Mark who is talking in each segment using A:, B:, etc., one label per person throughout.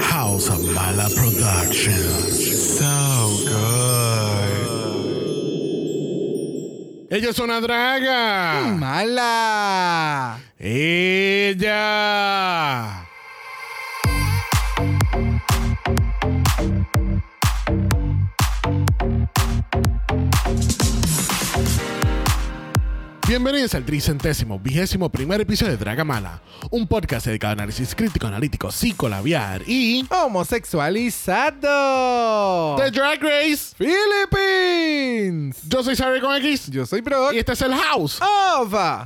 A: House Ambala Productions. So good. Ella es una draga.
B: Mala.
A: Ella. Bienvenidos al tricentésimo, vigésimo primer episodio de Dragamala, un podcast dedicado a análisis crítico, analítico, psicolabiar y...
B: Homosexualizado.
A: ¡The Drag Race!
B: Philippines.
A: Yo soy Xavier con X
B: Yo soy Brock.
A: y este es el House.
B: Ova.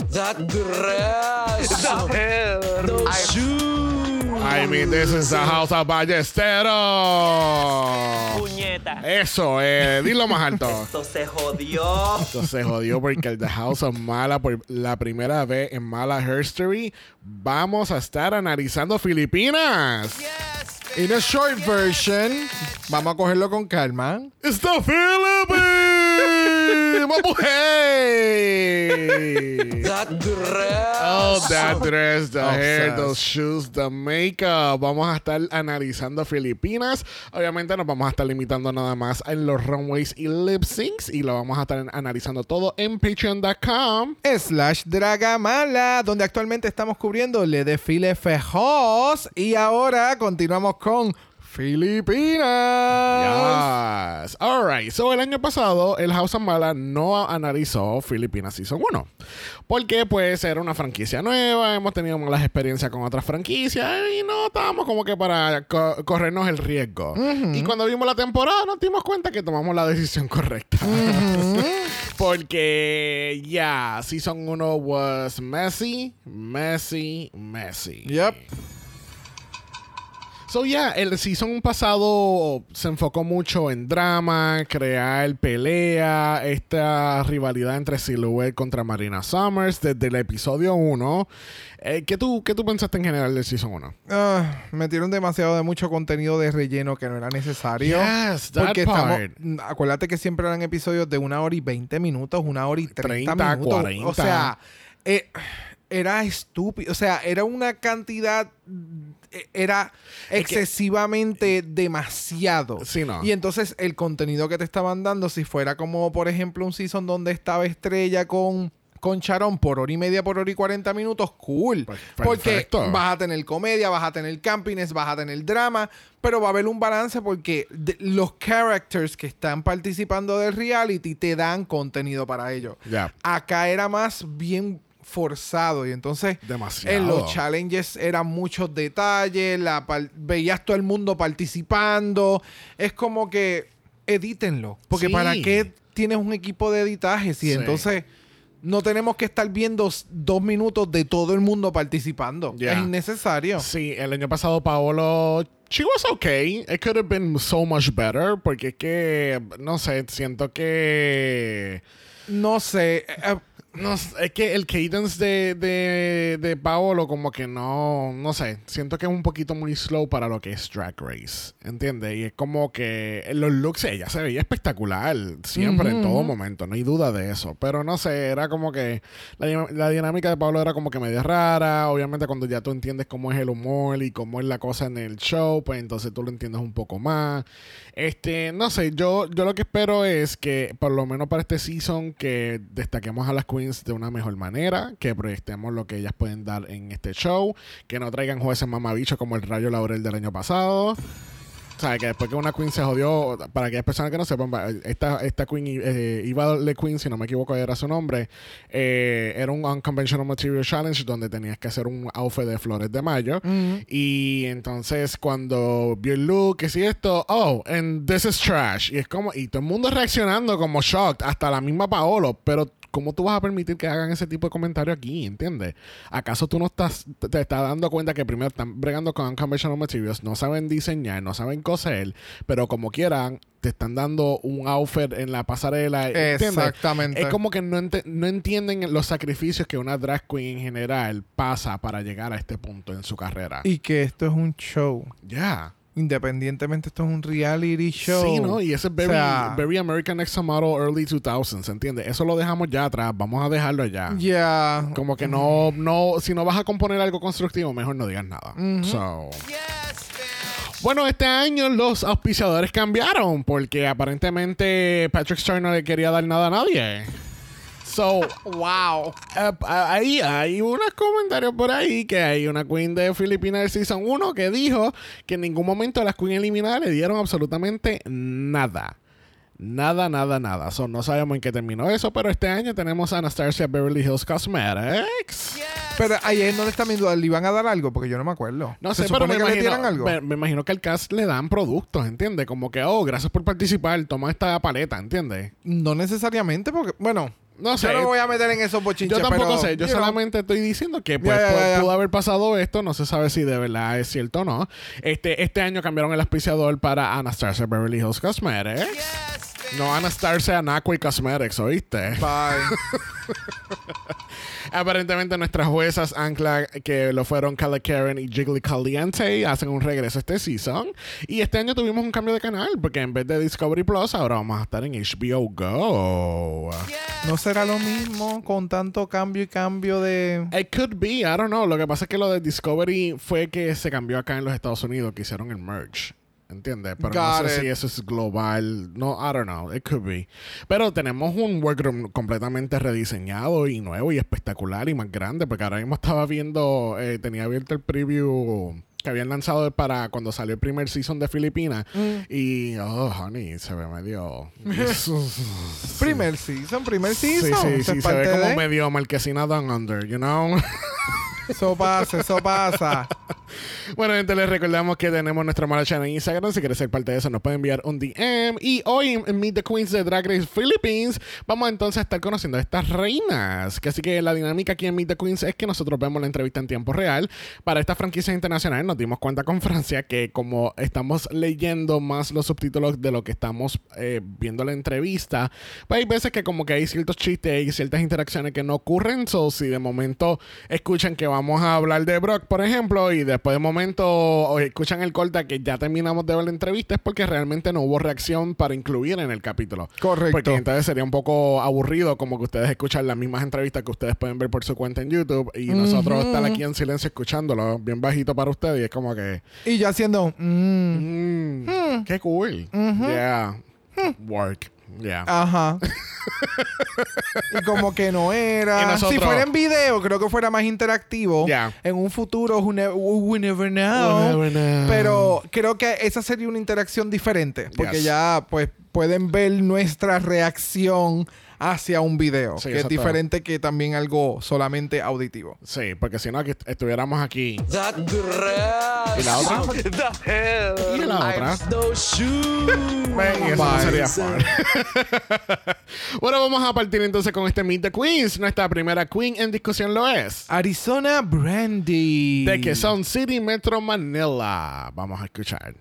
A: I mean, this is the House of Ballesteros.
C: Puñeta.
A: Eso, eh, dilo más alto.
C: Esto se jodió.
A: Esto se jodió porque el The House of Mala, por la primera vez en Mala History, vamos a estar analizando Filipinas.
B: In a short version, vamos a cogerlo con calma.
A: ¡It's the Philippines! ¡Vamos, hey! Oh, that dress, the hair,
B: Obsessed.
A: those shoes, the makeup. Vamos a estar analizando Filipinas. Obviamente nos vamos a estar limitando nada más en los runways y lip syncs. Y lo vamos a estar analizando todo en patreon.com.
B: Slash Dragamala, donde actualmente estamos cubriendo el desfile fejoz. Y ahora continuamos con Filipinas.
A: Yes. All right. So, el año pasado, el House of Mala no analizó Filipinas Season 1. Porque, pues, era una franquicia nueva. Hemos tenido malas experiencias con otras franquicias. Y no estábamos como que para co- corrernos el riesgo. Y cuando vimos la temporada, nos dimos cuenta que tomamos la decisión correcta. Porque, yeah, Season 1 was messy, messy, messy.
B: Yep.
A: So yeah, el season pasado se enfocó mucho en drama, crear pelea, esta rivalidad entre Silhouette contra Marina Summers desde el episodio 1. Eh, ¿qué, tú, ¿Qué tú pensaste en general del season 1?
B: Ah, metieron demasiado de mucho contenido de relleno que no era necesario.
A: Yes, that
B: Porque
A: part.
B: estamos. mm, Acuérdate que siempre eran episodios de una hora y 20 minutos, una hora y 30,
A: 30,
B: minutos.
A: 40.
B: O sea, eh, era estúpido. O sea, era una cantidad. eh, Era excesivamente demasiado.
A: Sí, no.
B: Y entonces el contenido que te estaban dando, si fuera como, por ejemplo, un season donde estaba Estrella con. Con Charón por hora y media, por hora y 40 minutos, cool.
A: Pues,
B: Porque
A: perfecto.
B: vas vas a tener comedia, vas a tener campines, vas a tener drama, pero va a haber un balance porque de- los characters que están participando del reality te dan contenido para ellos.
A: Ya.
B: Acá era más bien forzado y entonces
A: Demasiado.
B: en los challenges eran muchos detalles, la par- veías todo el mundo participando, es como que edítenlo, porque
A: Sí.
B: para qué tienes un equipo de editaje si
A: Sí.
B: entonces no tenemos que estar viendo s- dos minutos de todo el mundo participando.
A: Yeah.
B: Es innecesario.
A: Sí, el año pasado Paolo. She was okay. It could have been so much better. Porque es que, no sé, siento que.
B: No sé. eh, eh,
A: No, sé, es que el cadence de, de, de Paolo como que no, no sé, siento que es un poquito muy slow para lo que es Drag Race, ¿entiendes? Y es como que los looks, ella se veía espectacular, siempre, en todo momento, no hay duda de eso, pero no sé, era como que la, dinam- la dinámica de Paolo era como que media rara, obviamente cuando ya tú entiendes cómo es el humor y cómo es la cosa en el show, pues entonces tú lo entiendes un poco más. Este, no sé, yo, yo lo que espero es que, por lo menos para este season, que destaquemos a las queens de una mejor manera, que proyectemos lo que ellas pueden dar en este show, que no traigan jueces mamabichos como el Rayo Laurel del año pasado. O sea, que después que una queen se jodió, para aquellas personas que no sepan, va- esta, esta queen, eh, Iva Le Queen, si no me equivoco, era su nombre, eh, era un Unconventional Material Challenge donde tenías que hacer un outfit de flores de mayo.
B: eh, mm,
A: Y entonces cuando vio el look, que si esto, oh, and this is trash. Y es como, y todo el mundo reaccionando como shocked, hasta la misma Paolo, pero ¿cómo tú vas a permitir que hagan ese tipo de comentario aquí? ¿Entiendes? ¿Acaso tú no estás, te- te estás dando cuenta que primero están bregando con unconventional materials, no saben diseñar, no saben coser, pero como quieran, te están dando un outfit en la pasarela. ¿entiendes?
B: Exactamente.
A: Es como que no, ente- no entienden los sacrificios que una drag queen en general pasa para llegar a este punto en su carrera.
B: Y que esto es un show.
A: Ya.
B: Independientemente, esto es un reality show.
A: Sí, ¿no? Y ese es very,
B: O sea,
A: very American Next Top Model Early 2000s, ¿entiendes? Eso lo dejamos ya atrás, vamos a dejarlo allá.
B: Yeah.
A: Como que no, no, si no vas a componer algo constructivo, mejor no digas nada. So. Bueno, este año los auspiciadores cambiaron porque aparentemente Patrick Star no le quería dar nada a nadie. So,
B: Wow.
A: eh, ahí hay unos comentarios por ahí que hay una queen de Filipinas del Season 1 que dijo que en ningún momento a las queen eliminadas le dieron absolutamente nada. Nada, nada, nada. So, no sabemos en qué terminó eso, pero este año tenemos a Anastasia Beverly Hills Cosmetics.
B: Pero ahí es donde está mi duda. ¿Le iban a dar algo? Porque yo no me acuerdo.
A: No
B: ¿Se
A: sé, pero me
B: supone que
A: imagino,
B: le dieran algo?
A: Me, me imagino que al cast le dan productos, ¿entiendes? Como que, oh, gracias por participar, toma esta paleta, ¿entiendes?
B: No necesariamente, porque... Bueno,
A: No sé.
B: yo no me voy a meter en esos bochinches,
A: Yo tampoco
B: pero,
A: sé, yo
B: you know.
A: solamente estoy diciendo que pues,
B: Ya, ya,
A: pu-
B: ya, ya.
A: pudo haber pasado esto, no se sabe si de verdad es cierto o no. Este, este año cambiaron el auspiciador para Anastasia Beverly Hills Cosmetics. No Anastasia Anacqua y Cosmetics, ¿oíste?
B: Bye.
A: Aparentemente nuestras juezas Ancla, que lo fueron Cala Karen y Jiggly Caliente, hacen un regreso este season. Y este año tuvimos un cambio de canal, porque en vez de Discovery Plus, ahora vamos a estar en HBO Go.
B: ¿No será lo mismo con tanto cambio y cambio de...?
A: It could be, I don't know. Lo que pasa es que lo de Discovery fue que se cambió acá en los Estados Unidos, que hicieron el merge. ¿Entiendes? Pero
B: Got
A: no sé
B: it.
A: si eso es global. No, I don't know. It could be. Pero tenemos un workroom completamente rediseñado y nuevo y espectacular y más grande. Porque ahora mismo estaba viendo, eh, tenía abierto el preview que habían lanzado para cuando salió el primer season de Filipinas.
B: Mm.
A: Y, oh, honey, se ve medio.
B: Primer season, primer
A: Sí,
B: season.
A: sí,
B: Eso
A: sí,
B: es
A: se ve
B: parte
A: como
B: de-
A: medio marquesina down under, you know?
B: Eso pasa, eso pasa.
A: Bueno, gente, les recordamos que tenemos nuestra mala channel en Instagram. Si quieres ser parte de eso, nos pueden enviar un DM. Y hoy en Meet the Queens de Drag Race Philippines, vamos entonces a estar conociendo a estas reinas. Que así que la dinámica aquí en Meet the Queens es que nosotros vemos la entrevista en tiempo real. Para estas franquicias internacionales nos dimos cuenta con Francia que como estamos leyendo más los subtítulos de lo que estamos eh, viendo la entrevista, pues hay veces que como que hay ciertos chistes y ciertas interacciones que no ocurren. So, si de momento escuchan que vamos a hablar de Brock, por ejemplo, y después de momento o escuchan el corte que ya terminamos de ver la entrevista, es porque realmente no hubo reacción para incluir en el capítulo.
B: Correcto.
A: Porque entonces sería un poco aburrido como que ustedes escuchan las mismas entrevistas que ustedes pueden ver por su cuenta en YouTube y nosotros estar aquí en silencio escuchándolo bien bajito para ustedes y es como que...
B: Y yo haciendo... mm,
A: mm, ¡Qué cool! Yeah. Work. Yeah.
B: ajá. y como que no
A: Y
B: era.
A: nosotros-
B: si fuera en video, creo que fuera más interactivo.
A: Ya.
B: En un futuro, who ne- we never know.
A: We'll never know.
B: Pero creo que esa sería una interacción diferente. Porque
A: Yes.
B: ya, pues, pueden ver nuestra reacción hacia un video.
A: Sí,
B: que es
A: exacto.
B: diferente que también algo solamente auditivo.
A: Sí, porque si no aquí est- estuviéramos aquí.
C: That dress.
A: ¿Y la otra?
C: The hair.
A: ¿Y la otra?
C: I'm no
A: Ve, y
C: shoes.
A: eso no
B: Bye.
A: sería fun. bueno, vamos a partir entonces con este Meet the Queens. Nuestra primera Queen en discusión lo es.
B: Arizona Brandy.
A: De que son City Metro Manila. Vamos a escuchar.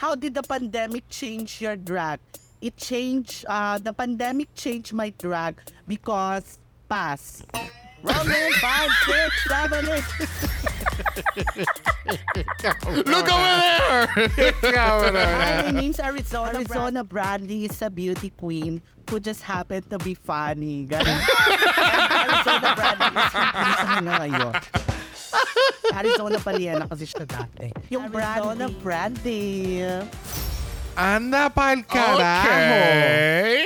D: How did the pandemic change your drag? It changed, uh, the pandemic changed my drag because pass. Rolling five, six, seven, eight.
A: Look over there.
D: Hi, my name's Arizona. Arizona Bradley is a beauty queen who just happened to be funny. Ganun. Arizona Bradley is yung pinsan niya ngayon. Ano Arizona Paliena kasi siya dati. Yung Arizona Bradley.
B: Anda pa'l carajo.
A: Okay.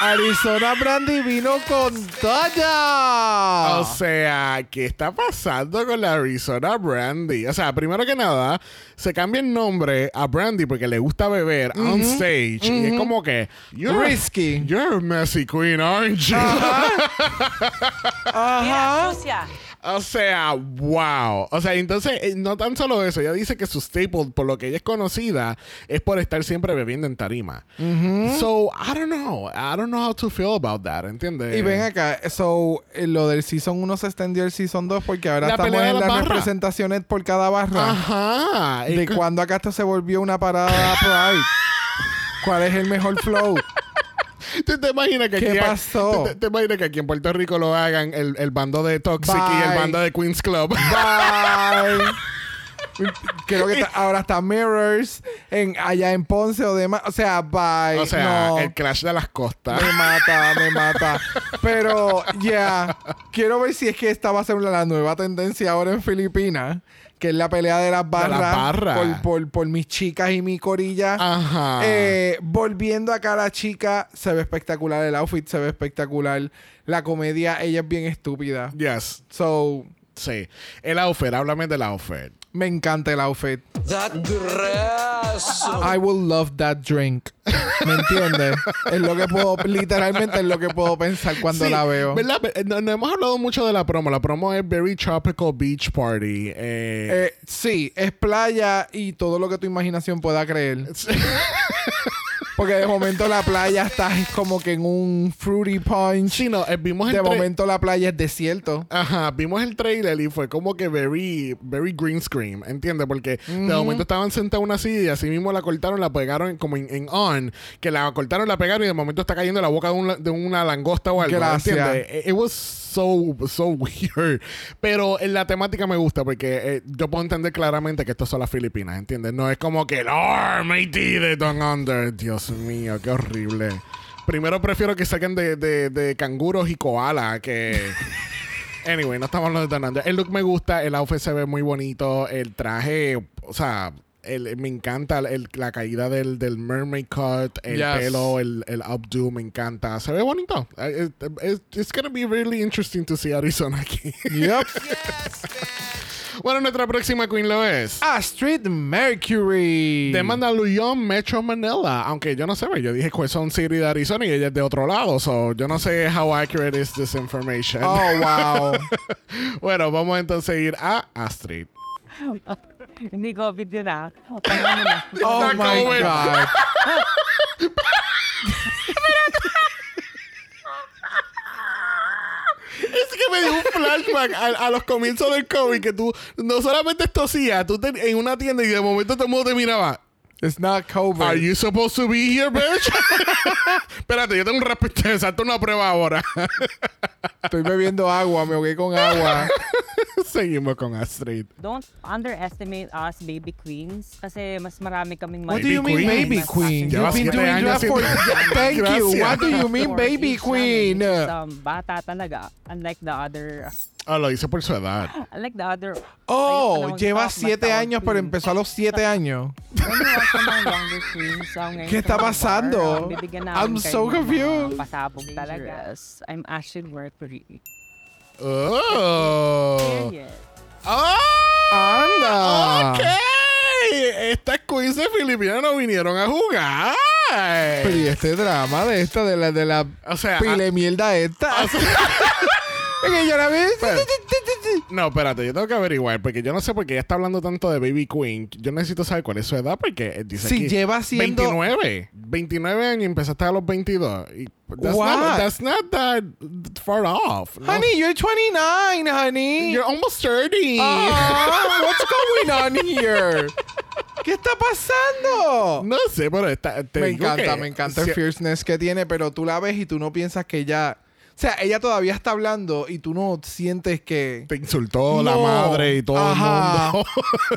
B: Arizona Brandy vino con toda.
A: O sea, ¿qué está pasando con la Arizona Brandy? O sea, primero que nada, se cambia el nombre a Brandy porque le gusta beber on stage. Y es como que. You're,
B: Risky.
A: You're a messy queen, aren't you?
B: Ajá.
A: O sea, wow. O sea, entonces, eh, no tan solo eso, ella dice que su staple, por lo que ella es conocida, es por estar siempre bebiendo en tarima. So, I don't know. I don't know how to feel about that, ¿entiendes?
B: Y ven acá, so, eh, lo del Season 1 se extendió al Season 2 porque ahora
A: La Ah,
B: estamos
A: pelea de
B: en
A: las
B: las
A: barras.
B: representaciones por cada barra.
A: Ajá.
B: ¿De
A: Y-
B: cuando acá esto se volvió una parada Pride? ¿Cuál es el mejor flow?
A: ¿Tú te imaginas que
B: ¿Qué
A: aquí,
B: pasó?
A: tú te, te imaginas que aquí en Puerto Rico lo hagan el, el bando de Toxic y el
B: Bye.
A: bando de Queens Club?
B: Bye. Creo que ta- ahora está Mirrors en, allá en Ponce o demás. O sea, bye.
A: o sea,
B: no. Em,
A: el clash de las costas.
B: Me mata, me mata. Pero, ya, quiero ver si es que esta va a ser la, la nueva tendencia ahora en Filipinas. que es la pelea de las barras,
A: barras.
B: Por, por- por mis chicas y mi corilla.
A: Ajá.
B: Eh, volviendo acá a la chica, se ve espectacular el outfit, se ve espectacular. La comedia, ella es bien estúpida.
A: Yes.
B: So,
A: Sí. El outfit, háblame del outfit.
B: me encanta el outfit.
C: That dress.
B: I will love that drink. ¿Me entiendes? es lo que puedo, literalmente es lo que puedo pensar cuando
A: Sí,
B: la veo.
A: ¿Verdad? Eh, No, no hemos hablado mucho de la promo. La promo es Very Tropical Beach Party. Eh,
B: Eh, sí, es playa y todo lo que tu imaginación pueda creer. Porque de momento la playa está como que en un fruity punch.
A: sí, no, eh, vimos el
B: De
A: tra-
B: momento la playa es desierto.
A: Ajá, vimos el trailer y fue como que very, very green screen, ¿entiendes? Porque de momento estaban sentados en una silla y así mismo la cortaron, la pegaron como en, en on, que la cortaron, la pegaron y de momento está cayendo la boca de, un la- de una langosta o algo,
B: Gracias.
A: ¿entiendes? E, It- It was so, so weird. Pero en la temática me gusta porque eh, yo puedo entender claramente que esto son las Filipinas, ¿entiendes? No es como que "Oh, el Army de Don Under. Dios mío, qué horrible. Primero prefiero que saquen de, de, de canguros y koala que... Anyway, no estamos hablando de Don Under. El look me gusta, el outfit se ve muy bonito, el traje, o sea, el- me encanta el- la caída del, del mermaid cut, el
B: Yes.
A: pelo, el, el updo, me encanta. Se ve bonito. Eh, eh, eh, It's gonna be really interesting to see Arizona aquí.
B: Yup.
A: bueno, nuestra próxima queen lo es.
B: Ah, Street Mercury.
A: Demanda Luyon Metro Manila. Aunque yo no sé, yo dije Quezon City de Arizona y ella es de otro lado. So yo no sé how accurate is this information.
B: Oh, wow.
A: bueno, vamos entonces a ir a Astrid.
D: Hindi COVID yun ah. Tanggalin mo na.
B: Oh,
A: Está
B: my
A: COVID.
B: God.
A: Es que me dio un flashback a, a los comienzos del COVID que tú no solamente tosías, tú te- en una tienda y de momento todo el mundo te miraba.
B: It's not COVID.
A: Are you supposed to be here, bitch? Espérate, yo tengo un respeto, exacto, una prueba ahora.
B: Estoy bebiendo agua, me ahogué con agua.
A: Seguimos con Astrid.
E: Don't underestimate us, baby queens. Kasi mas marami kaming
B: What
E: mga
B: do you mean,
A: queen?
B: baby
E: mas
B: queen?
A: Ya va siete
B: You've been
E: passenger.
B: doing
A: años
B: that for.
A: sin-
B: Thank you.
A: Gracias.
B: What do you mean,
E: For
B: baby
E: each namin
B: queen?
E: is, um, bata talaga. Unlike the other,
A: Ah, lo hice por su edad.
E: unlike the other.
B: Oh,
E: Ayun,
B: lleva
E: anong tawag-
B: siete
E: tawag
B: años, pero
E: queen.
B: empezó a los siete años.
E: When you watch mga younger queens, um, ngayon
B: ¿Qué
E: sa
B: está
E: mga bar,
B: pasando?
E: um, bibigyan namin
B: I'm
E: kayo
B: so
E: ng mga
B: confused.
E: Pasabog talaga. I'm Ashlyn Mercury.
A: Oh. Ah.
E: Period.
A: Oh.
B: Anda.
A: Ok. Estas queens de filipinos vinieron a jugar.
B: Pero y este drama de esta, de la, de la
A: O sea,
B: pile mierda esta. Es que yo la vi.
A: No, espérate, yo tengo que averiguar porque yo no sé por qué ella está hablando tanto de Baby Queen. Yo necesito saber cuál es su edad porque eh, dice
B: Si
A: aquí,
B: lleva siendo-
A: 29. 29 años y empezaste a los 22. Y that's,
B: What?
A: Not, that's not that far off. ¿no?
B: Honey, you're 29, honey.
A: You're almost 30.
B: Ah, what's going on here? ¿Qué está pasando?
A: No sé, pero está, te
B: me
A: digo
B: encanta,
A: que-
B: me encanta el
A: si-
B: fierceness que tiene, pero tú la ves y tú no piensas que ella. O sea, ella todavía está hablando y tú no sientes que.
A: Te insultó la
B: No.
A: madre y todo el
B: Ajá.
A: mundo.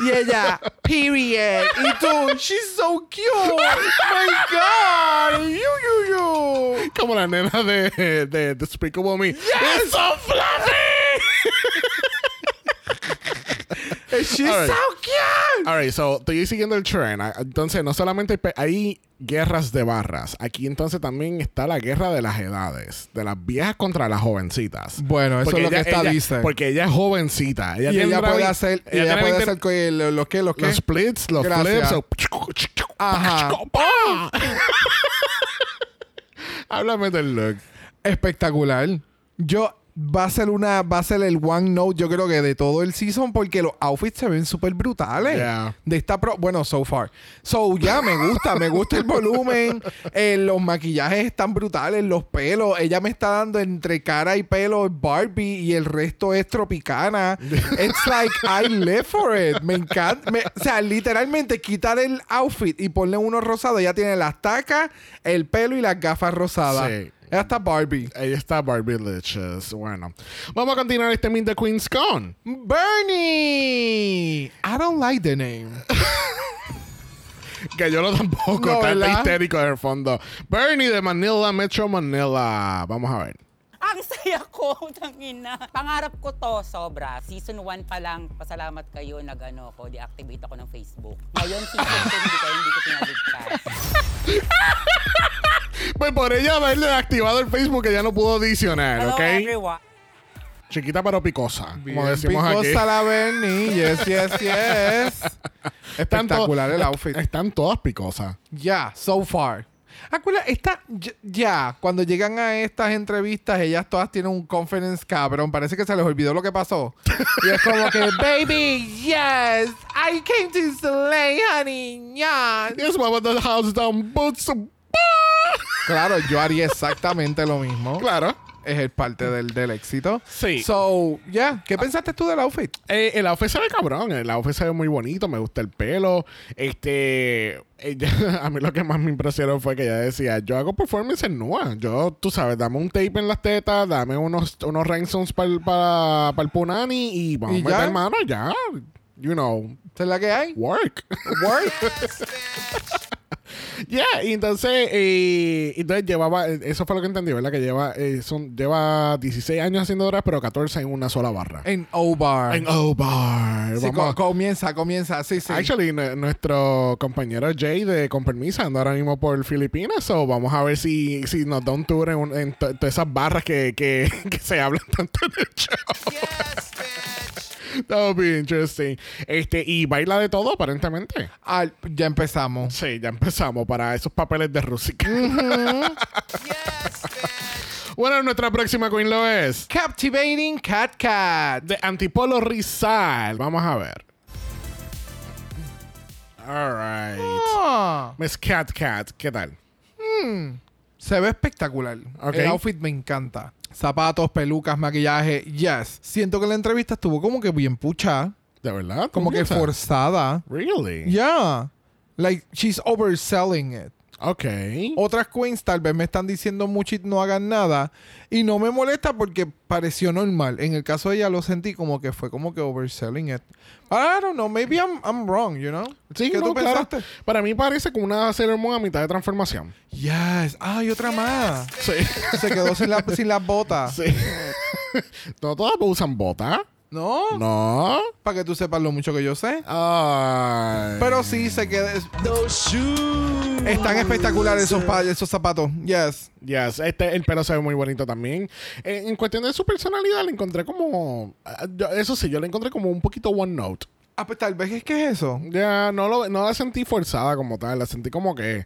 B: Y ella, period. Y tú, she's so cute. my God. You, you, you.
A: Como la nena de, de Despicable Me. It's so fluffy!
B: And She's
A: All right.
B: so cute.
A: Alright, so estoy siguiendo el tren. Ah, Entonces, no solamente hay pe- hay guerras de barras. Aquí entonces también está la guerra de las edades. De las viejas contra las jovencitas.
B: Bueno, eso
A: Porque
B: es lo que
A: ella-
B: esta
A: ella-
B: dice.
A: Porque ella es jovencita. Ella
B: y ella
A: tendrá
B: puede
A: vein-
B: hacer, y ella
A: tendrá
B: puede
A: veinte-
B: hacer que- lo- los que, los que.
A: los splits, los
B: Gracias.
A: flips. o-
B: Ajá.
A: ¡Pa! Háblame del look.
B: Espectacular. Yo va a ser una, va a ser el one note, yo creo que de todo el season, porque los outfits se ven súper brutales.
A: Yeah.
B: De esta pro, bueno, so far. So ya me gusta, me gusta el volumen. eh, los maquillajes están brutales, los pelos. Ella me está dando entre cara y pelo Barbie y el resto es tropicana. It's like I live for it. Me encanta. me- o sea, literalmente quitar el outfit y ponle uno rosado. Ella tiene las tacas, el pelo y las gafas rosadas.
A: Sí.
B: Ella está Barbie.
A: Ahí está Barbie Liches. Bueno, vamos a continuar este Meet the Queens con.
B: Bernie. I don't like the name.
A: Que yo lo tampoco,
B: No,
A: está, está
B: ¿verdad?
A: histérico en el fondo. Bernie de Manila, Metro Manila. Vamos a ver.
F: I'm ang saya ko, tangina. Pangarap ko to, sobra. Season 1 pa lang, pasalamat kayo, nag-ano ko, deactivate ako ng Facebook. Ngayon, season 2, hindi kayo, hindi ko pinaligtas.
A: Pues por ella haberle activado el Facebook que ya no pudo adicionar,
F: Hello,
A: ¿ok?
F: everyone.
A: Chiquita pero picosa,
B: Ah, Bien
A: como decimos aquí.
B: picosa la Bernie. Yes, yes, yes.
A: Están to-
B: Espectacular el outfit.
A: Están todas picosas.
B: Ya, so far. Acuérdate, esta, ya, ya, cuando llegan a estas entrevistas, ellas todas tienen un confidence cabrón. Parece que se les olvidó lo que pasó. Y es como que, baby, yes, I came to slay, honey, yes.
A: Yes, what about the house down boots?
B: Claro, yo haría exactamente lo mismo.
A: Claro.
B: Es el parte del, del éxito.
A: Sí.
B: So, ya, ¿qué pensaste tú del outfit?
A: Eh, el outfit se ve cabrón, el outfit se ve muy bonito, me gusta el pelo. Este, ella- a mí lo que más me impresionó fue que ella decía, yo hago performance en nua. Yo, tú sabes, dame un tape en las tetas, dame unos, unos ransoms para el punani y vamos
B: ¿Y
A: a meter
B: ya?
A: mano ya. You know,
B: ¿Esta es la que hay?
A: work.
B: Work.
A: Yeah, y entonces, eh, entonces llevaba, eh, eso fue lo que entendí, ¿verdad? Que lleva, eh, son, lleva 16 años haciendo horas, pero 14 en una sola barra.
B: En O-Bar.
A: En O-Bar.
B: Sí,
A: Vamos.
B: co- comienza, comienza. Sí, sí.
A: Actually, nu- nuestro compañero Jay de Con Permiso anda ahora mismo por Filipinas, so vamos a ver si, si nos da un tour en, un- en to- todas esas barras que, que, que se hablan tanto en el show. That would be interesting. Este, y baila de todo, aparentemente.
B: Ah, ya empezamos.
A: Sí, ya empezamos para esos papeles de Rusica. bueno, nuestra próxima queen lo es
B: Captivating Cat Cat.
A: de Antipolo Rizal. Vamos a ver. All right.
B: Ah,
A: Miss Cat Cat, ¿qué tal?
B: se ve espectacular.
A: Ok.
B: El outfit me encanta. Zapatos, pelucas, maquillaje. Yes. Siento que la entrevista estuvo como que bien pucha.
A: ¿De verdad?
B: Como que
A: force.
B: forzada.
A: Really?
B: Yeah. Like, she's overselling it.
A: Ok.
B: Otras queens tal vez me están diciendo mucho y no hagan nada. Y no me molesta porque pareció normal. En el caso de ella lo sentí como que fue como que overselling it. I don't know. Maybe I'm, I'm wrong, you know?
A: Sí,
B: ¿Qué
A: no,
B: tú
A: claro.
B: pensaste?
A: Para mí parece como una ceremonia a mitad de transformación.
B: Yes. Ah, y otra más.
A: Sí.
B: Se quedó sin, la, sin las botas.
A: sí.
B: Ah.
A: no todas usan bota.
B: ¿No?
A: No.
B: Para que tú sepas lo mucho que yo sé.
A: Ay.
B: Pero sí, se queda... es- Están espectaculares esos, pa- esos zapatos. Yes.
A: Yes, este, el pelo se ve muy bonito también. En, en cuestión de su personalidad, le encontré como. ah, yo- Eso sí, yo le encontré como un poquito one note.
B: Ah, pues tal vez es que es eso.
A: Ya, no, lo, no la sentí forzada como tal, la sentí como que.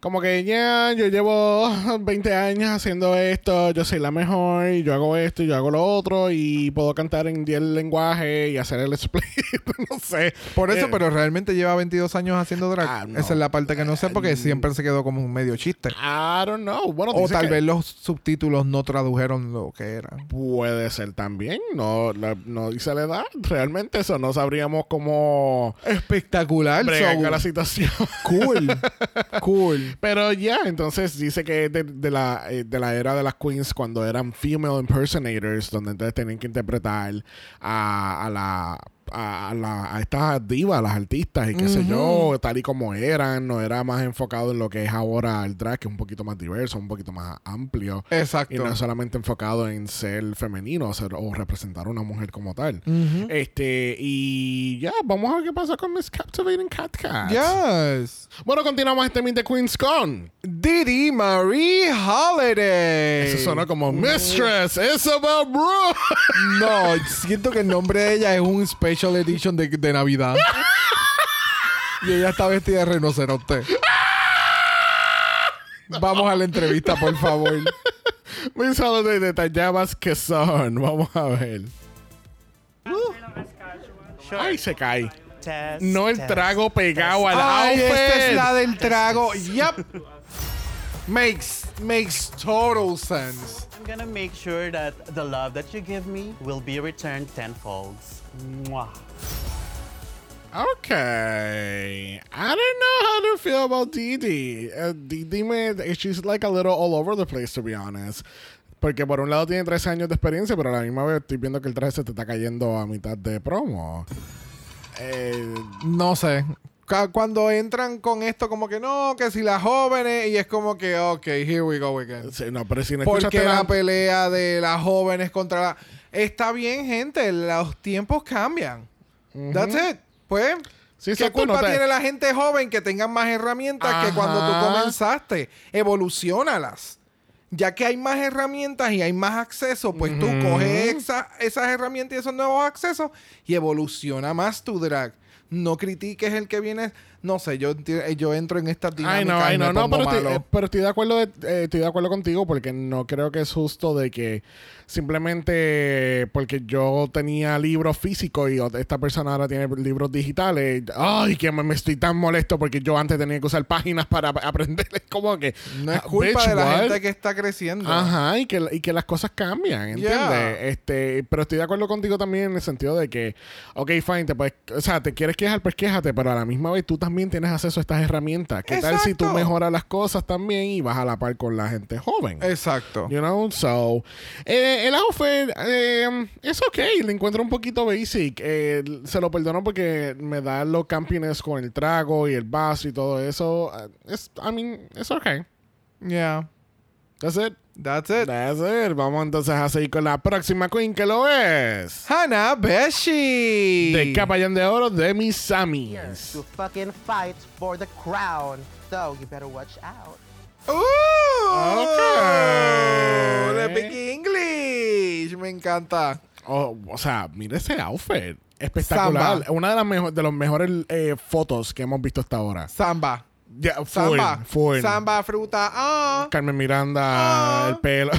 A: Como que ya, yo llevo 20 años haciendo esto, yo soy la mejor, y yo hago esto, y yo hago lo otro, y puedo cantar en 10 lenguajes y hacer el split, no sé.
B: Por
A: Eh,
B: eso, pero realmente lleva 22 años haciendo drag.
A: Ah, no.
B: Esa es la parte que no sé porque siempre se quedó como un medio chiste.
A: I don't know. Bueno,
B: O
A: dice
B: tal
A: que
B: vez los subtítulos no tradujeron lo que era.
A: Puede ser también, no, la- no dice la edad, realmente eso, no sabríamos cómo
B: Espectacular.
A: bregar
B: so-
A: con la situación.
B: cool. cool.
A: Pero ya, entonces dice que es de, de la, eh, de la era de las queens cuando eran female impersonators, donde entonces tenían que interpretar a, a la... A, a la- a estas divas, a las artistas y qué sé yo, tal y como eran, no era más enfocado en lo que es ahora el drag, que es un poquito más diverso, un poquito más amplio.
B: Exacto.
A: Y no es solamente enfocado en ser femenino o, ser- o representar a una mujer como tal. Este, y ya, vamos a ver qué pasa con Miss Captivating Cat Cat.
B: Yes.
A: Bueno, continuamos este Meet the Queens con.
B: Didi Marie Holiday.
A: Eso sonó como Mistress Isabel Brooks.
B: No, siento que el nombre de ella es un special edition de, de Navidad. Y ella está vestida de rinoceronte. Vamos a la entrevista, por favor.
A: Miss Holiday de Tallabas que son. Vamos a ver. Ay, se cae. No el trago pegado al
B: Ay,
A: outfit.
B: esta es la del trago. Yep. Makes, makes total sense.
G: I'm gonna make sure that the love that you give me will be returned tenfold. Mwah.
A: Okay. I don't know how to feel about Didi. Uh, Didi me, she's like a little all over the place, to be honest. Porque por un lado tiene 13 años de experiencia, pero a la misma vez estoy viendo que el traje se te está cayendo a mitad de promo. Eh,
B: No sé. Ca- Cuando entran con esto, como que no, que si las jóvenes, y es como que, ok, here we go again.
A: Sí, no, pero si no
B: Porque
A: escuchaste
B: la
A: la...
B: pelea de las jóvenes contra la. Está bien, gente, los tiempos cambian. That's it. Pues,
A: Sí,
B: ¿qué
A: exacto,
B: culpa
A: no te-
B: tiene la gente joven que tengan más herramientas que cuando tú
A: Ajá.
B: comenzaste? Evolucionalas. Ya que hay más herramientas y hay más acceso, pues tú coges esa- esas herramientas y esos nuevos accesos y evoluciona más tu drag. No critiques el que viene. No sé, yo, enti- yo entro en estas dinámicas.
A: Ay, no, ay,
B: y me
A: no, no,
B: pongo
A: pero estoy,
B: malo.
A: eh, pero estoy de acuerdo de- eh, estoy de acuerdo contigo porque no creo que es justo de que simplemente porque yo tenía libros físicos y ot- esta persona ahora tiene libros digitales, ay, que me, me estoy tan molesto porque yo antes tenía que usar páginas para ap- aprender, es como que
B: No es
A: ah,
B: culpa
A: bitch,
B: de la
A: what?
B: gente que está creciendo.
A: Ajá, y que, y que las cosas cambian, ¿entiendes?
B: Yeah.
A: Este, pero estoy de acuerdo contigo también en el sentido de que, ok, fine, te puedes, o sea, te quieres quejar, pues quéjate, pero a la misma vez tú también tienes acceso a estas herramientas. ¿Qué tal si tú
B: Exacto.
A: mejoras las cosas también y vas a la par con la gente joven?
B: Exacto.
A: You know, so eh, el outfit em, es okay, le encuentro un poquito basic. Eh, se lo perdono porque me da los campines con el trago y el vaso y todo eso. Eh, Es, I mean, it's okay.
B: Yeah.
A: That's it.
B: That's it.
A: That's it. Vamos entonces a seguir con la próxima queen que lo es.
B: Hannah Beshi.
A: De Capallán de Oro de mis Samis.
H: to fucking fight for the crown. So you better watch out.
B: Ooh.
A: Ok.
B: Le piqué English. Me encanta.
A: Oh, o sea, mire ese outfit. Espectacular.
B: Samba.
A: Una de las mejo- de los mejores eh, fotos que hemos visto hasta ahora.
B: Samba.
A: Ya, full,
B: Samba.
A: full.
B: Samba, Ah. fruta. Ah.
A: Carmen Miranda, el pelo.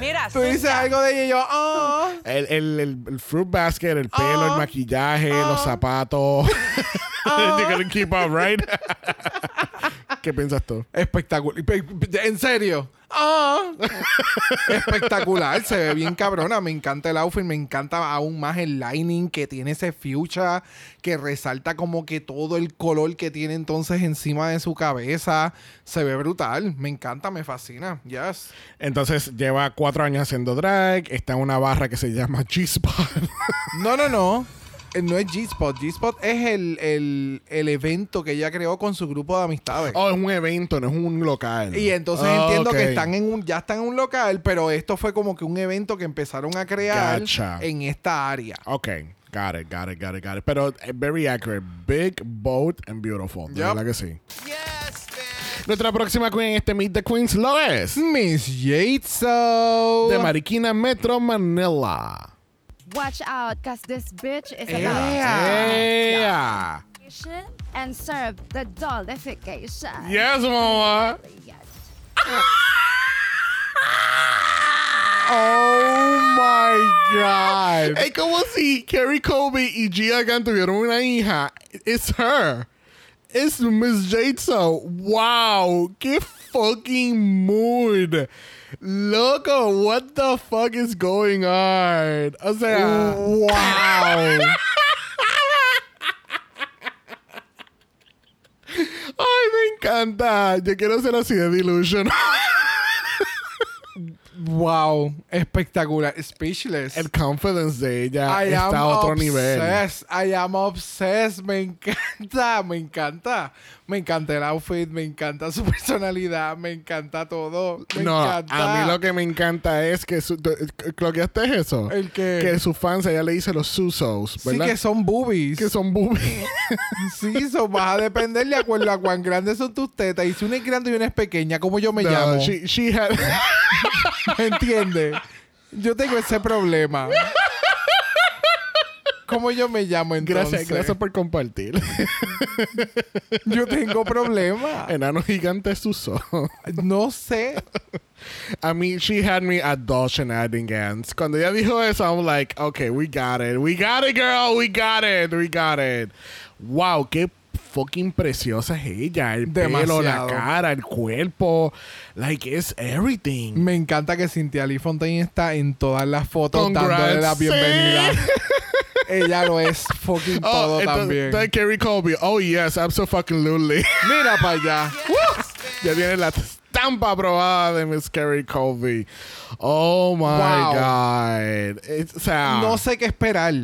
F: Mira,
B: Tú dices
F: suya.
B: algo de ella y yo. Ah.
A: el, el- el- el fruit basket, el pelo, el maquillaje, los
B: Ah.
A: zapatos. You gotta keep up, right? ¿Qué piensas tú?
B: Espectacular. En serio. Ah. Espectacular. Se ve bien cabrona. Me encanta el outfit. Me encanta aún más el lining que tiene ese fuchsia que resalta como que todo el color que tiene entonces encima de su cabeza. Se ve brutal. Me encanta. Me fascina. Yes.
A: Entonces lleva cuatro años haciendo drag, está en una barra que se llama G-Spot.
B: No, no, no. Eh, No es G-Spot. G-Spot es el, el- el evento que ella creó con su grupo de amistades.
A: oh, es un evento, no es un local.
B: Y entonces
A: Oh,
B: entiendo
A: ok.
B: que están en un, ya están en un local, pero esto fue como que un evento que empezaron a crear
A: Gotcha.
B: en esta área.
A: Ok, got it, got it, got it, got it. Pero eh, very accurate. Big, bold and beautiful. De
B: Yup.
A: verdad que sí. Nuestra próxima queen en este Meet the Queens lo es.
B: Miss Yateso.
A: De Mariquina Metro Manila.
I: Watch out, cause this bitch is about
A: Yeah.
I: to and serve the dollification.
A: Yes, mama.
I: Yes.
A: Oh my God. Es como si Carrie Kobe y Gia Gunn tuvieron una hija. It's her. It's Miss Jadso. Wow. Qué fucking mood. Loco, what the fuck is going on? O sea, wow. Ay, me encanta. Yo quiero ser así de delusion.
B: Wow. Espectacular. Speechless.
A: El confidence de ella
B: I am
A: está a otro nivel.
B: obsessed. I am obsessed. Me encanta. Me encanta. Me encanta el outfit. Me encanta su personalidad. Me encanta todo. Me
A: no, a
B: encanta.
A: mí lo que me encanta es que su, tú- ¿cloqueaste eso?
B: ¿El qué?
A: Que sus fans ella le dice los susos,
B: Eh, Sí,
A: ¿verdad?
B: que son boobies.
A: que son boobies.
B: Sí, so vas a depender de acuerdo a cuán grandes son tus tetas. Y si una es grande y una es pequeña, ¿cómo yo me
A: No,
B: llamo?
A: she- she had-
B: ¿Me entiendes? Yo tengo ese problema. ¿Cómo yo me llamo entonces?
A: gracias, gracias por compartir.
B: Yo tengo problema.
A: Enano gigante suso.
B: No sé.
A: I mean, she had me at doll shenanigans. Cuando ella dijo eso, I'm like, okay, we got it. We got it, girl. We got it. We got it. Wow, qué fucking preciosa es ella. El pelo, la
B: Demasiado.
A: cara, el cuerpo. Like, it's everything.
B: Me encanta que Cynthia Lee Fontaine está en todas las fotos
A: Congrats.
B: dándole la
A: Sí. Oh,
B: bienvenida. Ella lo es fucking todo
A: entonces-
B: también.
A: entonces Kerry Colby. Oh, yes, absolutely.
B: Mira para allá.
A: ya viene la estampa aprobada de Miss Kerry Colby. Oh, my
B: Wow.
A: God. It's- o sea,
B: No sé qué esperar.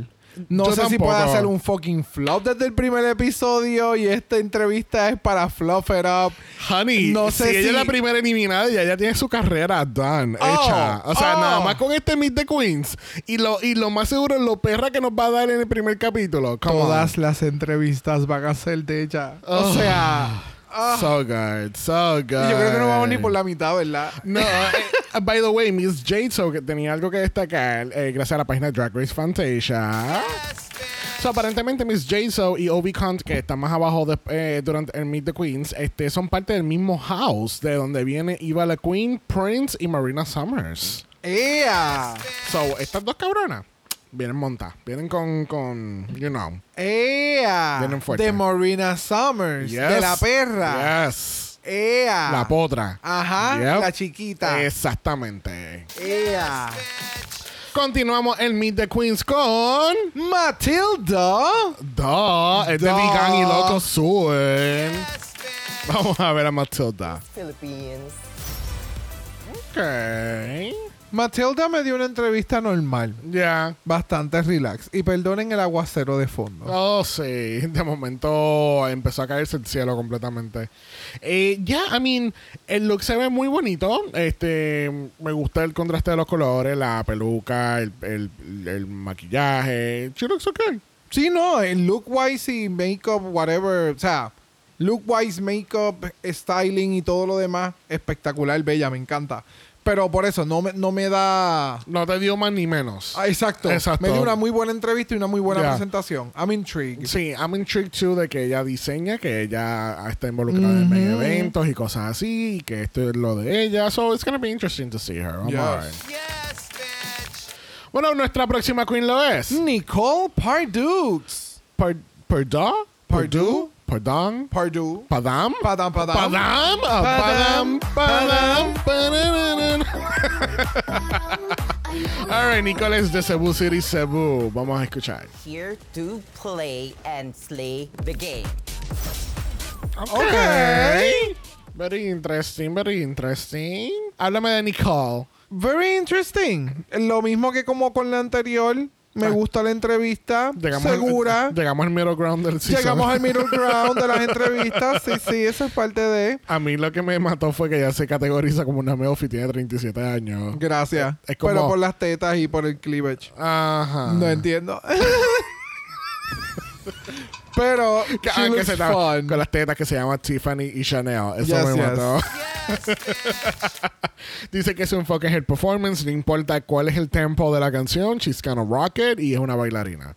B: No
A: Ah. Yo
B: sé si
A: tampoco.
B: puede hacer un fucking flop desde el primer episodio y esta entrevista es para fluff it up.
A: Honey,
B: No
A: si
B: sé
A: ella
B: si-
A: es la primera eliminada, ya ella tiene su carrera done,
B: Oh,
A: hecha. O sea,
B: oh.
A: nada más con este Meet the Queens. Y lo, y lo más seguro es lo perra que nos va a dar en el primer capítulo. Come on.
B: Todas las entrevistas van a ser de ella. O sea,
A: So good, so good.
B: Ah. yo creo que no vamos ni por la mitad, ¿verdad?
A: No, eh, by the way, Miss Jade so que tenía algo que destacar eh, gracias a la página Drag Race Fantasia. So, aparentemente Miss Jade so y Obi Cont, que están más abajo de- eh, durante el Meet the Queens, este, son parte del mismo house de donde viene Iva la Queen, Prince y Marina Summers.
B: ¡Ea!
A: So, estas dos cabronas vienen montadas, vienen con, con, you know,
B: ¡Ea!
A: Vienen fuerte.
B: De Maureen Summers. De
A: yes,
B: la perra.
A: Yes.
B: ¡Ea!
A: La potra.
B: Ajá,
A: Yep.
B: la chiquita.
A: Exactamente.
B: ¡Ea!
A: Continuamos el Meet the Queens con.
B: Matilda.
A: Duh, es de
B: Duh.
A: Vigan y Loco Sur. Vamos a ver a Matilda.
J: Philippines.
A: Ok. Ya.
B: Matilda me dio una entrevista normal. Bastante relax. Y perdonen el aguacero de fondo.
A: Oh, sí. De momento empezó a caerse el cielo completamente. Eh, ya, I mean, el look se ve muy bonito. Este, me gusta el contraste de los colores, la peluca, el, el- el maquillaje. She looks okay.
B: Sí, no, el look wise y makeup, whatever. O sea, look wise, makeup, styling y todo lo demás. Espectacular, bella, me encanta. Pero por eso no me, no me da.
A: No te dio más ni menos.
B: Ah, exacto.
A: Exacto.
B: Me dio una muy buena entrevista y una muy buena
A: Ya.
B: presentación. I'm intrigued.
A: Sí, I'm intrigued too de que ella diseña, que ella está involucrada en eventos y cosas así, y que esto es lo de ella. So it's gonna be interesting to see her. Vamos a ver.
B: Yes.
A: Bueno, nuestra próxima queen lo es.
B: Mm. Nicole Pardukes.
A: Per Perda?
B: Perdue?
A: Perdón.
B: Pardue.
A: Padam.
B: Padam, padam.
A: Padam. Ah, Padam.
B: Padam,
A: Padam. Padam. All right, Nicole es de Cebu City, Cebu. Vamos a escuchar.
J: Here to play and slay the game.
A: Okay. Very interesting, very interesting. Háblame de Nicole.
B: Very interesting. Lo mismo que como con la anterior. Me gusta la entrevista.
A: Ah. Llegamos
B: segura.
A: Al, llegamos al middle ground del season.
B: Llegamos al middle ground de las entrevistas. Sí, sí, eso es parte de.
A: A mí lo que me mató fue que ya se categoriza como una meofi, tiene 37 años.
B: Gracias.
A: Es como-
B: Pero por las tetas y por el cleavage.
A: Ajá.
B: No entiendo. Pero
A: Que,
B: she
A: ah, que
B: looks
A: se ta-
B: fun.
A: con las tetas que se llama Tiffany y Chanel. Eso
B: Yes,
A: me
B: yes.
A: mató. Dice que su enfoque es el performance, no importa cuál es el tempo de la canción, she's gonna rock it y es una bailarina.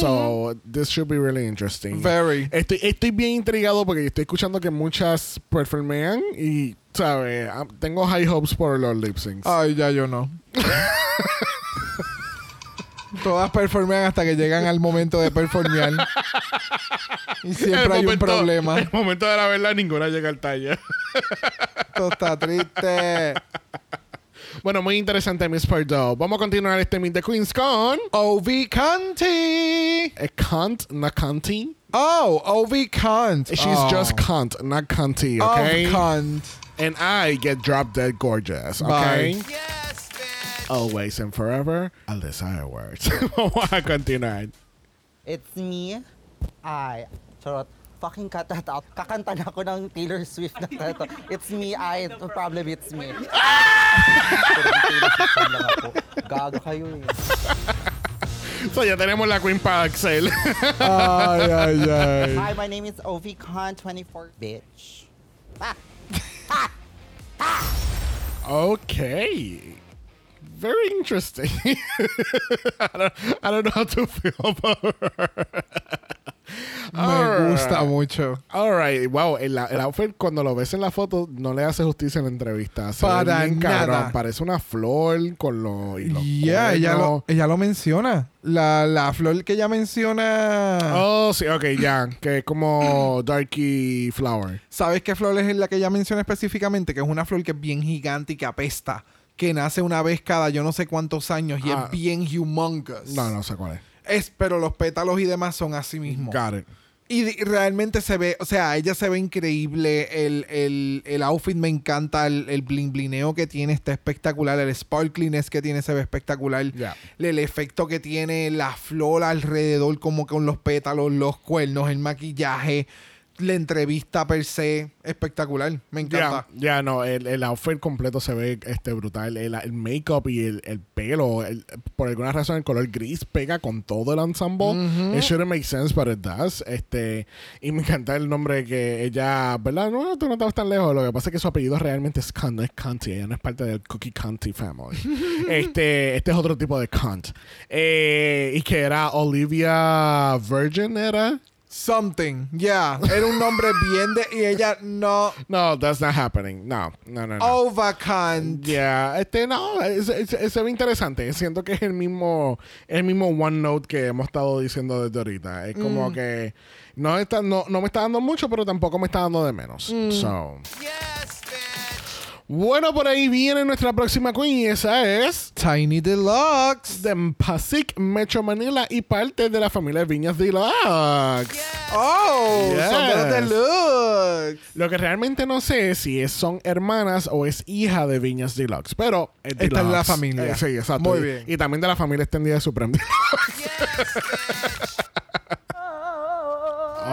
A: So, this should be really interesting.
B: Mm-hmm. Very.
A: Estoy, estoy bien intrigado porque estoy escuchando que muchas performean y, ¿sabes? Tengo high hopes por los lip syncs.
B: Ay, ya yo no. Todas performean hasta que llegan al momento de performear. Y siempre
A: El
B: hay
A: momento-
B: un problema.
A: El momento de la verdad, ninguna llega al taller.
B: Esto está triste.
A: bueno, muy interesante, Miss Pardo. Vamos a continuar este Meet the Queens con.
B: Oh, Ovi Conti.
A: eh, Cunt, not cunty.
B: Oh, Ovi Conti.
A: She's
B: Oh.
A: just cunt, not cunty,
B: Of
A: okay?
B: cunt.
A: and I get drop dead gorgeous, okay?
B: Bye.
A: Always and forever, Alyssa Edwards. Vamos a continuar.
J: It's me. I. Charot. Fucking cut that out. Kakanta na ako ng Taylor Swift na to. It's me. I. The problem, it's me. Pero yung Taylor Swift fan lang ako. Gago kayo eh.
A: So ya tenemos la Queen para Axel.
B: Ay, ay, ay.
J: Hi, my name is Ovi Khan 24. Bitch.
A: okay. Very interesting. I, don't, I don't know how to feel about her.
B: Me gusta mucho.
A: All right, wow, el, el outfit cuando lo ves en la foto no le hace justicia en la entrevista. Se ve
B: Para
A: bien
B: nada.
A: cabrón. Parece una flor con los. y los
B: Yeah, ella
A: cuernos.
B: lo, ella lo menciona. La, la flor que ella menciona.
A: Oh, sí, ok, ya. Que es como Darky Flower.
B: ¿Sabes qué flor es la que ella menciona específicamente? Que es una flor que es bien gigante y que apesta. Que nace una vez cada yo no sé cuántos años y
A: Ah.
B: es bien humongous.
A: No, no sé cuál es.
B: Es, pero los pétalos y demás son así mismo.
A: Got it.
B: Y realmente se ve, o sea, ella se ve increíble. El, el- el outfit me encanta. El, el bling blineo que tiene está espectacular. El sparkliness que tiene se ve espectacular.
A: Ya.
B: El efecto que tiene la flor alrededor, como con los pétalos, los cuernos, el maquillaje, la entrevista per se. Espectacular. Me
A: Ya,
B: encanta.
A: ya, no, el, el outfit completo se ve este brutal. El, el make-up y el, el pelo, el- por alguna razón el color gris pega con todo el ensemble. It shouldn't make sense, but it does. Este, y me encanta el nombre que ella, ¿verdad? No, tú no estabas tan lejos. Lo que pasa es que su apellido realmente es Cunt, no es Cunty. Ella no es parte del Cookie Cunty family. este, este es otro tipo de Cunt. Eh, y que era Olivia Virgin, ¿era?
B: Something. Yeah. Era un nombre bien de. Y ella no.
A: No, that's not happening. No, no, no, no.
B: Overcant.
A: Ya, este no, es- es- es- se ve interesante. Siento que es el mismo, el mismo One Note que hemos estado diciendo desde ahorita. Es como que no, está, no, no me está dando mucho, pero tampoco me está dando de menos. So. Bueno, por ahí viene nuestra próxima queen y esa es
B: Tiny Deluxe.
A: de Pasic, Metro Manila y parte de la familia Viñas Deluxe.
B: Oh, son de
A: Yes.
B: los deluxe.
A: Lo que realmente no sé es si es, son hermanas o es hija de Viñas Deluxe, pero es
B: Está en
A: Deluxe.
B: la familia.
A: Eh, sí, exacto.
B: Muy
A: Y-
B: bien.
A: Y, también de la familia extendida de Supreme Deluxe.
H: Diba,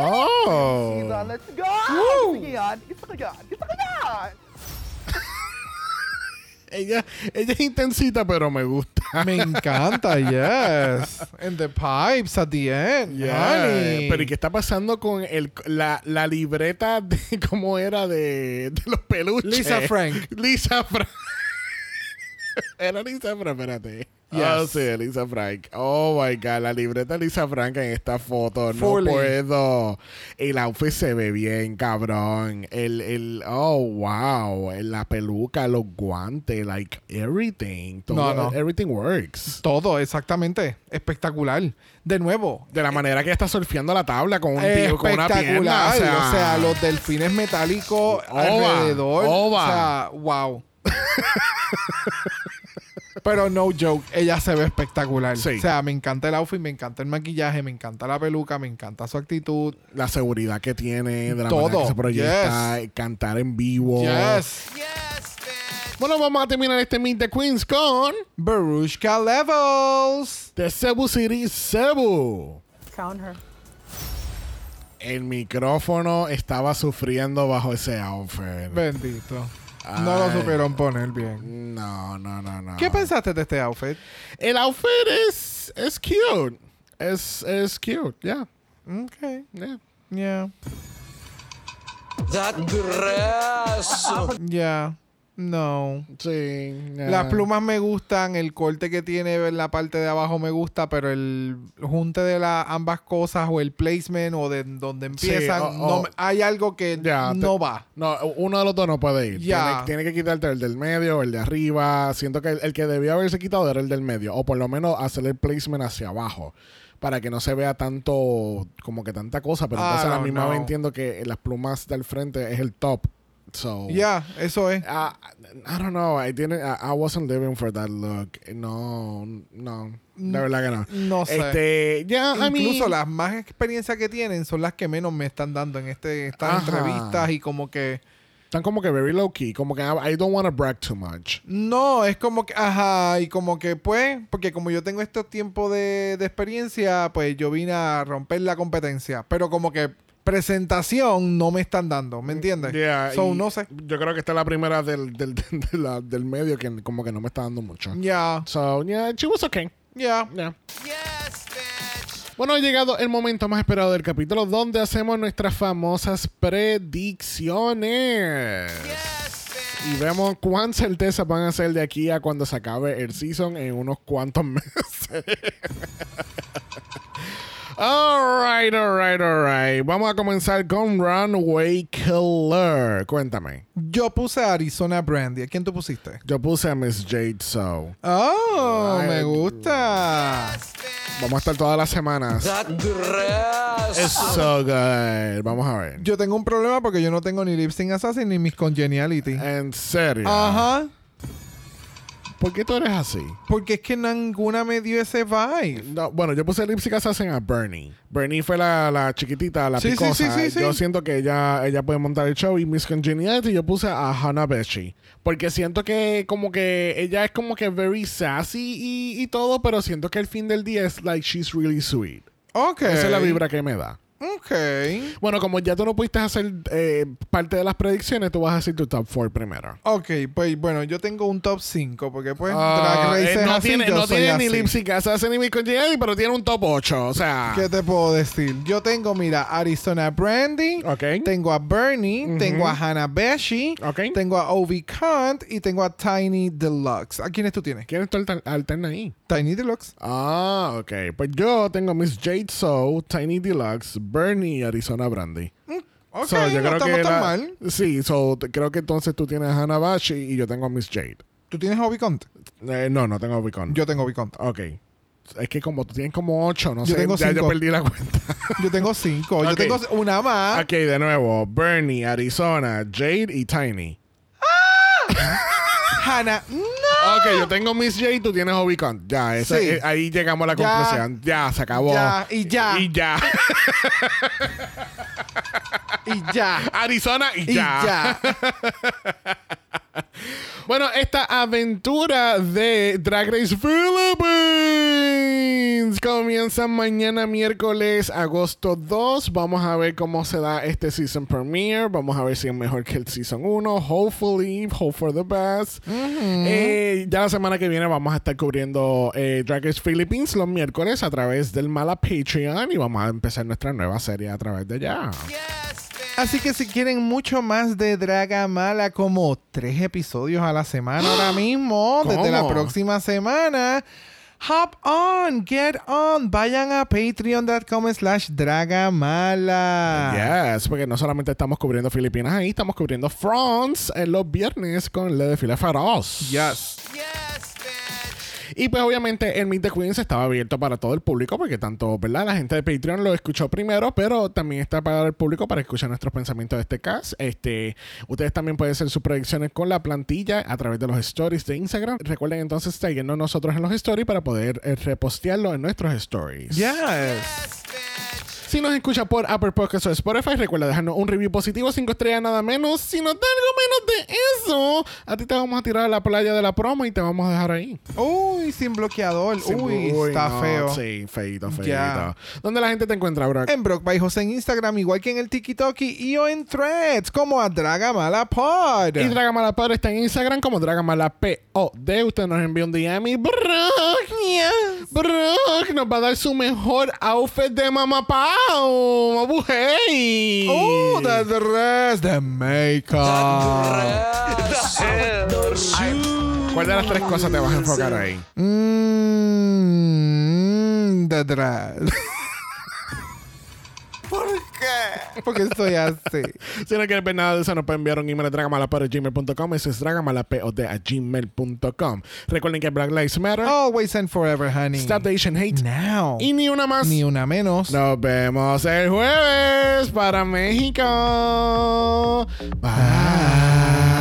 A: oh.
H: let's go! Gusto niyo yan? Gusto ko yan? Gusto ko yan!
A: Ella, ella es intensita, pero me gusta.
B: Me encanta, yes. And the pipes at the end. honey.
A: Pero ¿y qué está pasando con el, la, la libreta de cómo era de, de los peluches?
B: Lisa Frank.
A: Lisa Frank. Era Lisa Frank, espérate.
B: Yes.
A: Ah, sí, Lisa Frank. Oh my God, la libreta de Lisa Frank en esta foto.
B: Fully.
A: No puedo. El outfit se ve bien, cabrón. El, el, oh wow. La peluca, los guantes, like everything. Todo-
B: No, no.
A: Everything works.
B: Todo, exactamente. Espectacular. De nuevo.
A: De la manera que está surfeando la tabla con un tío, con una pierna. O
B: Espectacular.
A: sea,
B: o sea, los delfines metálicos
A: Ova,
B: alrededor.
A: ova.
B: O sea, wow. Pero no joke, ella se ve espectacular.
A: Sí.
B: O sea, me encanta el outfit, me encanta el maquillaje, me encanta la peluca, me encanta su actitud.
A: la seguridad que tiene, de la
B: Todo.
A: manera que se proyecta, cantar en vivo.
B: Yes.
A: Bueno, vamos a terminar este Meet the Queens con
B: Barushka Levels.
A: The Cebu City Cebu.
D: Crown her.
A: El micrófono estaba sufriendo bajo ese outfit.
B: Bendito. No lo
A: Ay.
B: supieron poner bien.
A: No, no, no, no.
B: ¿Qué pensaste de este outfit?
A: El outfit es, es cute. Es, es cute, yeah.
B: Ok.
A: yeah.
B: Yeah.
C: That dress.
B: Yeah. No.
A: Sí. yeah.
B: Las plumas me gustan, el corte que tiene en la parte de abajo me gusta, pero el junte de la, ambas cosas o el placement o de donde
A: Sí,
B: empiezan,
A: o-
B: no
A: o-
B: me- hay algo que
A: Ya, te-
B: no va.
A: No, uno de los dos no puede ir.
B: Ya.
A: Tiene, tiene que quitarte el del medio, el de arriba. Siento que el, el que debió haberse quitado era el del medio. O por lo menos hacer el placement hacia abajo. Para que no se vea tanto, como que tanta cosa. Pero
B: I
A: entonces a la
B: don't
A: misma
B: know.
A: vez entiendo que las plumas del frente es el top. So.
B: Ya, eso es.
A: I, I don't know. I didn't. I, I wasn't living for that look. No, no. De verdad que no.
B: No sé.
A: Este, ya, I mean-
B: Incluso las más experiencias que tienen son las que menos me están dando en este, estas
A: Ajá.
B: entrevistas y como que...
A: Están como que very low key. Como que I, I don't want to brag too much.
B: No, es como que, ajá, y como que pues, porque como yo tengo este tiempo de, de experiencia, pues yo vine a romper la competencia, pero como que presentación no me están dando, ¿me entiendes?
A: Yeah,
B: so,
A: y
B: no sé.
A: Yo creo que esta es la primera del, del, de la- del medio que como que no me está dando mucho.
B: Ya,
A: So, yeah, she was okay.
B: ya.
A: Yeah. Bueno, ha llegado el momento más esperado del capítulo donde hacemos nuestras famosas predicciones. Y vemos cuán certezas van a ser de aquí a cuando se acabe el season en unos cuantos meses. alright, alright, alright. Vamos a comenzar con Runway Killer. Cuéntame.
B: Yo puse a Arizona Brandy. ¿A quién tú pusiste?
A: Yo puse a Miss Jade So.
B: Oh,
A: Ay,
B: me
A: ay.
B: gusta.
A: Vamos a estar todas las semanas.
C: That dress.
A: It's so good. Vamos a ver.
B: Yo tengo un problema porque yo no
A: Eh.
B: tengo ni Lip Sync Assassin ni Miss Congeniality.
A: En serio.
B: Ajá.
A: ¿Por qué tú eres así?
B: Porque es que ninguna me dio ese vibe.
A: No, bueno, yo puse Lipstick Assassin a Bernie. Bernie fue la, la chiquitita, la
B: Sí, sí,
A: picosa.
B: sí, sí, sí.
A: Yo siento que ella, ella puede montar el show. Y Miss Congeniality yo puse a Hannah Beshi. Porque siento que como que ella es como que very sassy y, y todo, pero siento que al fin del día es like she's really sweet.
B: Ok.
A: Esa es la vibra que me da.
B: Ok.
A: Bueno, como ya tú no pudiste hacer eh, parte de las predicciones, tú vas a decir tu top 4 primero.
B: Ok, pues bueno, yo tengo un top 5 porque pues
A: Ah,
B: Drag Race
A: eh,
B: es
A: no
B: así,
A: tiene,
B: yo
A: no
B: soy
A: tiene ni
B: así.
A: Lipsic Assassin ni Miss Congeniality, pero tiene un top 8. O sea.
B: ¿Qué te puedo decir? Yo tengo, mira, Arizona Brandy,
A: Ok.
B: tengo a Bernie,
A: Ujú.
B: tengo a Hannah Beshi,
A: Ok.
B: tengo a Ovi Kant y tengo a Tiny Deluxe. ¿A quiénes tú tienes?
A: ¿Quién es tu alter- alterna ahí?
B: Tiny Deluxe.
A: Ah, ok. Pues yo tengo Miss Jade Soul, Tiny Deluxe, Bernie y Arizona Brandy.
B: Mm, Ok,
A: So, yo
B: no
A: creo
B: estamos
A: que
B: tan
A: la-
B: mal.
A: Sí, so, t- creo que entonces tú tienes a Hannah Bashi y yo tengo a Miss Jade.
B: ¿Tú tienes a Ovi Kant?
A: Eh, no, no tengo a Vicon.
B: Yo tengo Ovi Kant.
A: Ok. Es que como tú tienes como 8, no
B: Yo
A: sé,
B: tengo
A: ya yo
B: cinco.
A: perdí la cuenta.
B: Yo tengo 5.
A: Ok.
B: Yo tengo una más.
A: ok, de nuevo. Bernie, Arizona, Jade y Tiny.
B: Hannah. ¡No!
A: Ok, yo tengo Miss Jade, tú tienes a Vicon. Ya, esa-
B: Ah. Sí.
A: eh, ahí llegamos a la
B: Ya.
A: conclusión. Ya, se acabó.
B: Ya, y ya.
A: Y ya.
B: Y ya.
A: Arizona
B: Y ya.
A: Bueno, esta aventura de Drag Race Philippines comienza mañana miércoles, agosto 2. Vamos a ver cómo se da este season premiere. Vamos a ver si es mejor que el season 1. Hopefully, hope for the best. Eh, ya la semana que viene vamos a estar cubriendo eh, Drag Race Philippines los miércoles a través del Mala Patreon y vamos a empezar nuestra nueva serie a través de allá.
B: Así que si quieren mucho más de Dragamala, como tres episodios a la semana ahora mismo, desde la
A: ¿Cómo?
B: próxima semana. Hop on, get on, vayan a patreon.com slash dragamala.
A: Yes, porque no solamente estamos cubriendo Filipinas ahí, estamos cubriendo France en los viernes con Le Desfile Feroz. Y pues obviamente el Meet the Queens estaba abierto para todo el público porque tanto, ¿verdad? La gente de Patreon lo escuchó primero, pero también está para el público para escuchar nuestros pensamientos de este cast. Este, ustedes también pueden hacer sus predicciones con la plantilla a través de los stories de Instagram. Recuerden entonces seguirnos nosotros en los stories para poder eh, repostearlo en nuestros stories.
B: Yes.
A: Si nos escucha por Apple Podcasts o Spotify, recuerda dejarnos un review positivo, 5 estrellas nada menos. Si nos da algo menos de eso, a ti te vamos a tirar a la playa de la promo y te vamos a dejar ahí.
B: Uy, sin bloqueador. Uy, está
A: no,
B: feo.
A: Sí, feito, feito.
B: Ya.
A: ¿Dónde la gente te encuentra, Brock?
B: En Brock by José en Instagram, igual que en el Tikitoki y o en Threads, como a Dragamala Pod.
A: Y Dragamala Pod está en Instagram como Dragamala POD. Usted nos envió un DM y Brock, Brock nos va a dar su mejor outfit de mamá pao. ¡Abujey!
B: Oh, the dress, the makeup.
A: ¿Cuál de las tres cosas te vas a enfocar ahí?
B: Mmm, the dress. ¿Por qué? Porque estoy así.
A: Si no quieres ver nada de eso, nos pueden enviar un email a dragamalapod.gmail.com. Eso es dragamalapod a gmail.com. Recuerden que Black Lives Matter,
B: Always and forever, honey.
A: Stop the Asian Hate
B: now.
A: y ni una más.
B: Ni una menos.
A: Nos vemos el jueves para México. Bye.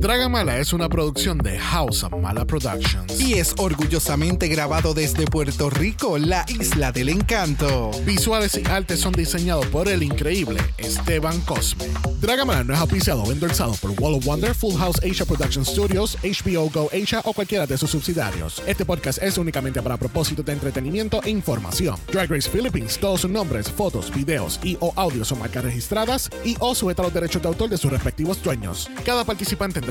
A: Dragamala es una producción de House of Mala Productions.
B: Y es orgullosamente grabado desde Puerto Rico, la isla del encanto.
A: Visuales y artes son diseñados por el increíble Esteban Cosme. Dragamala no es auspiciado o endorsado por Wall of Wonder, Full House Asia Production Studios, HBO Go Asia o cualquiera de sus subsidiarios. Este podcast es únicamente para propósitos de entretenimiento e información. Drag Race Philippines, todos sus nombres, fotos, videos y o audios son marcas registradas y o sujeta a los derechos de autor de sus respectivos dueños. Cada participante en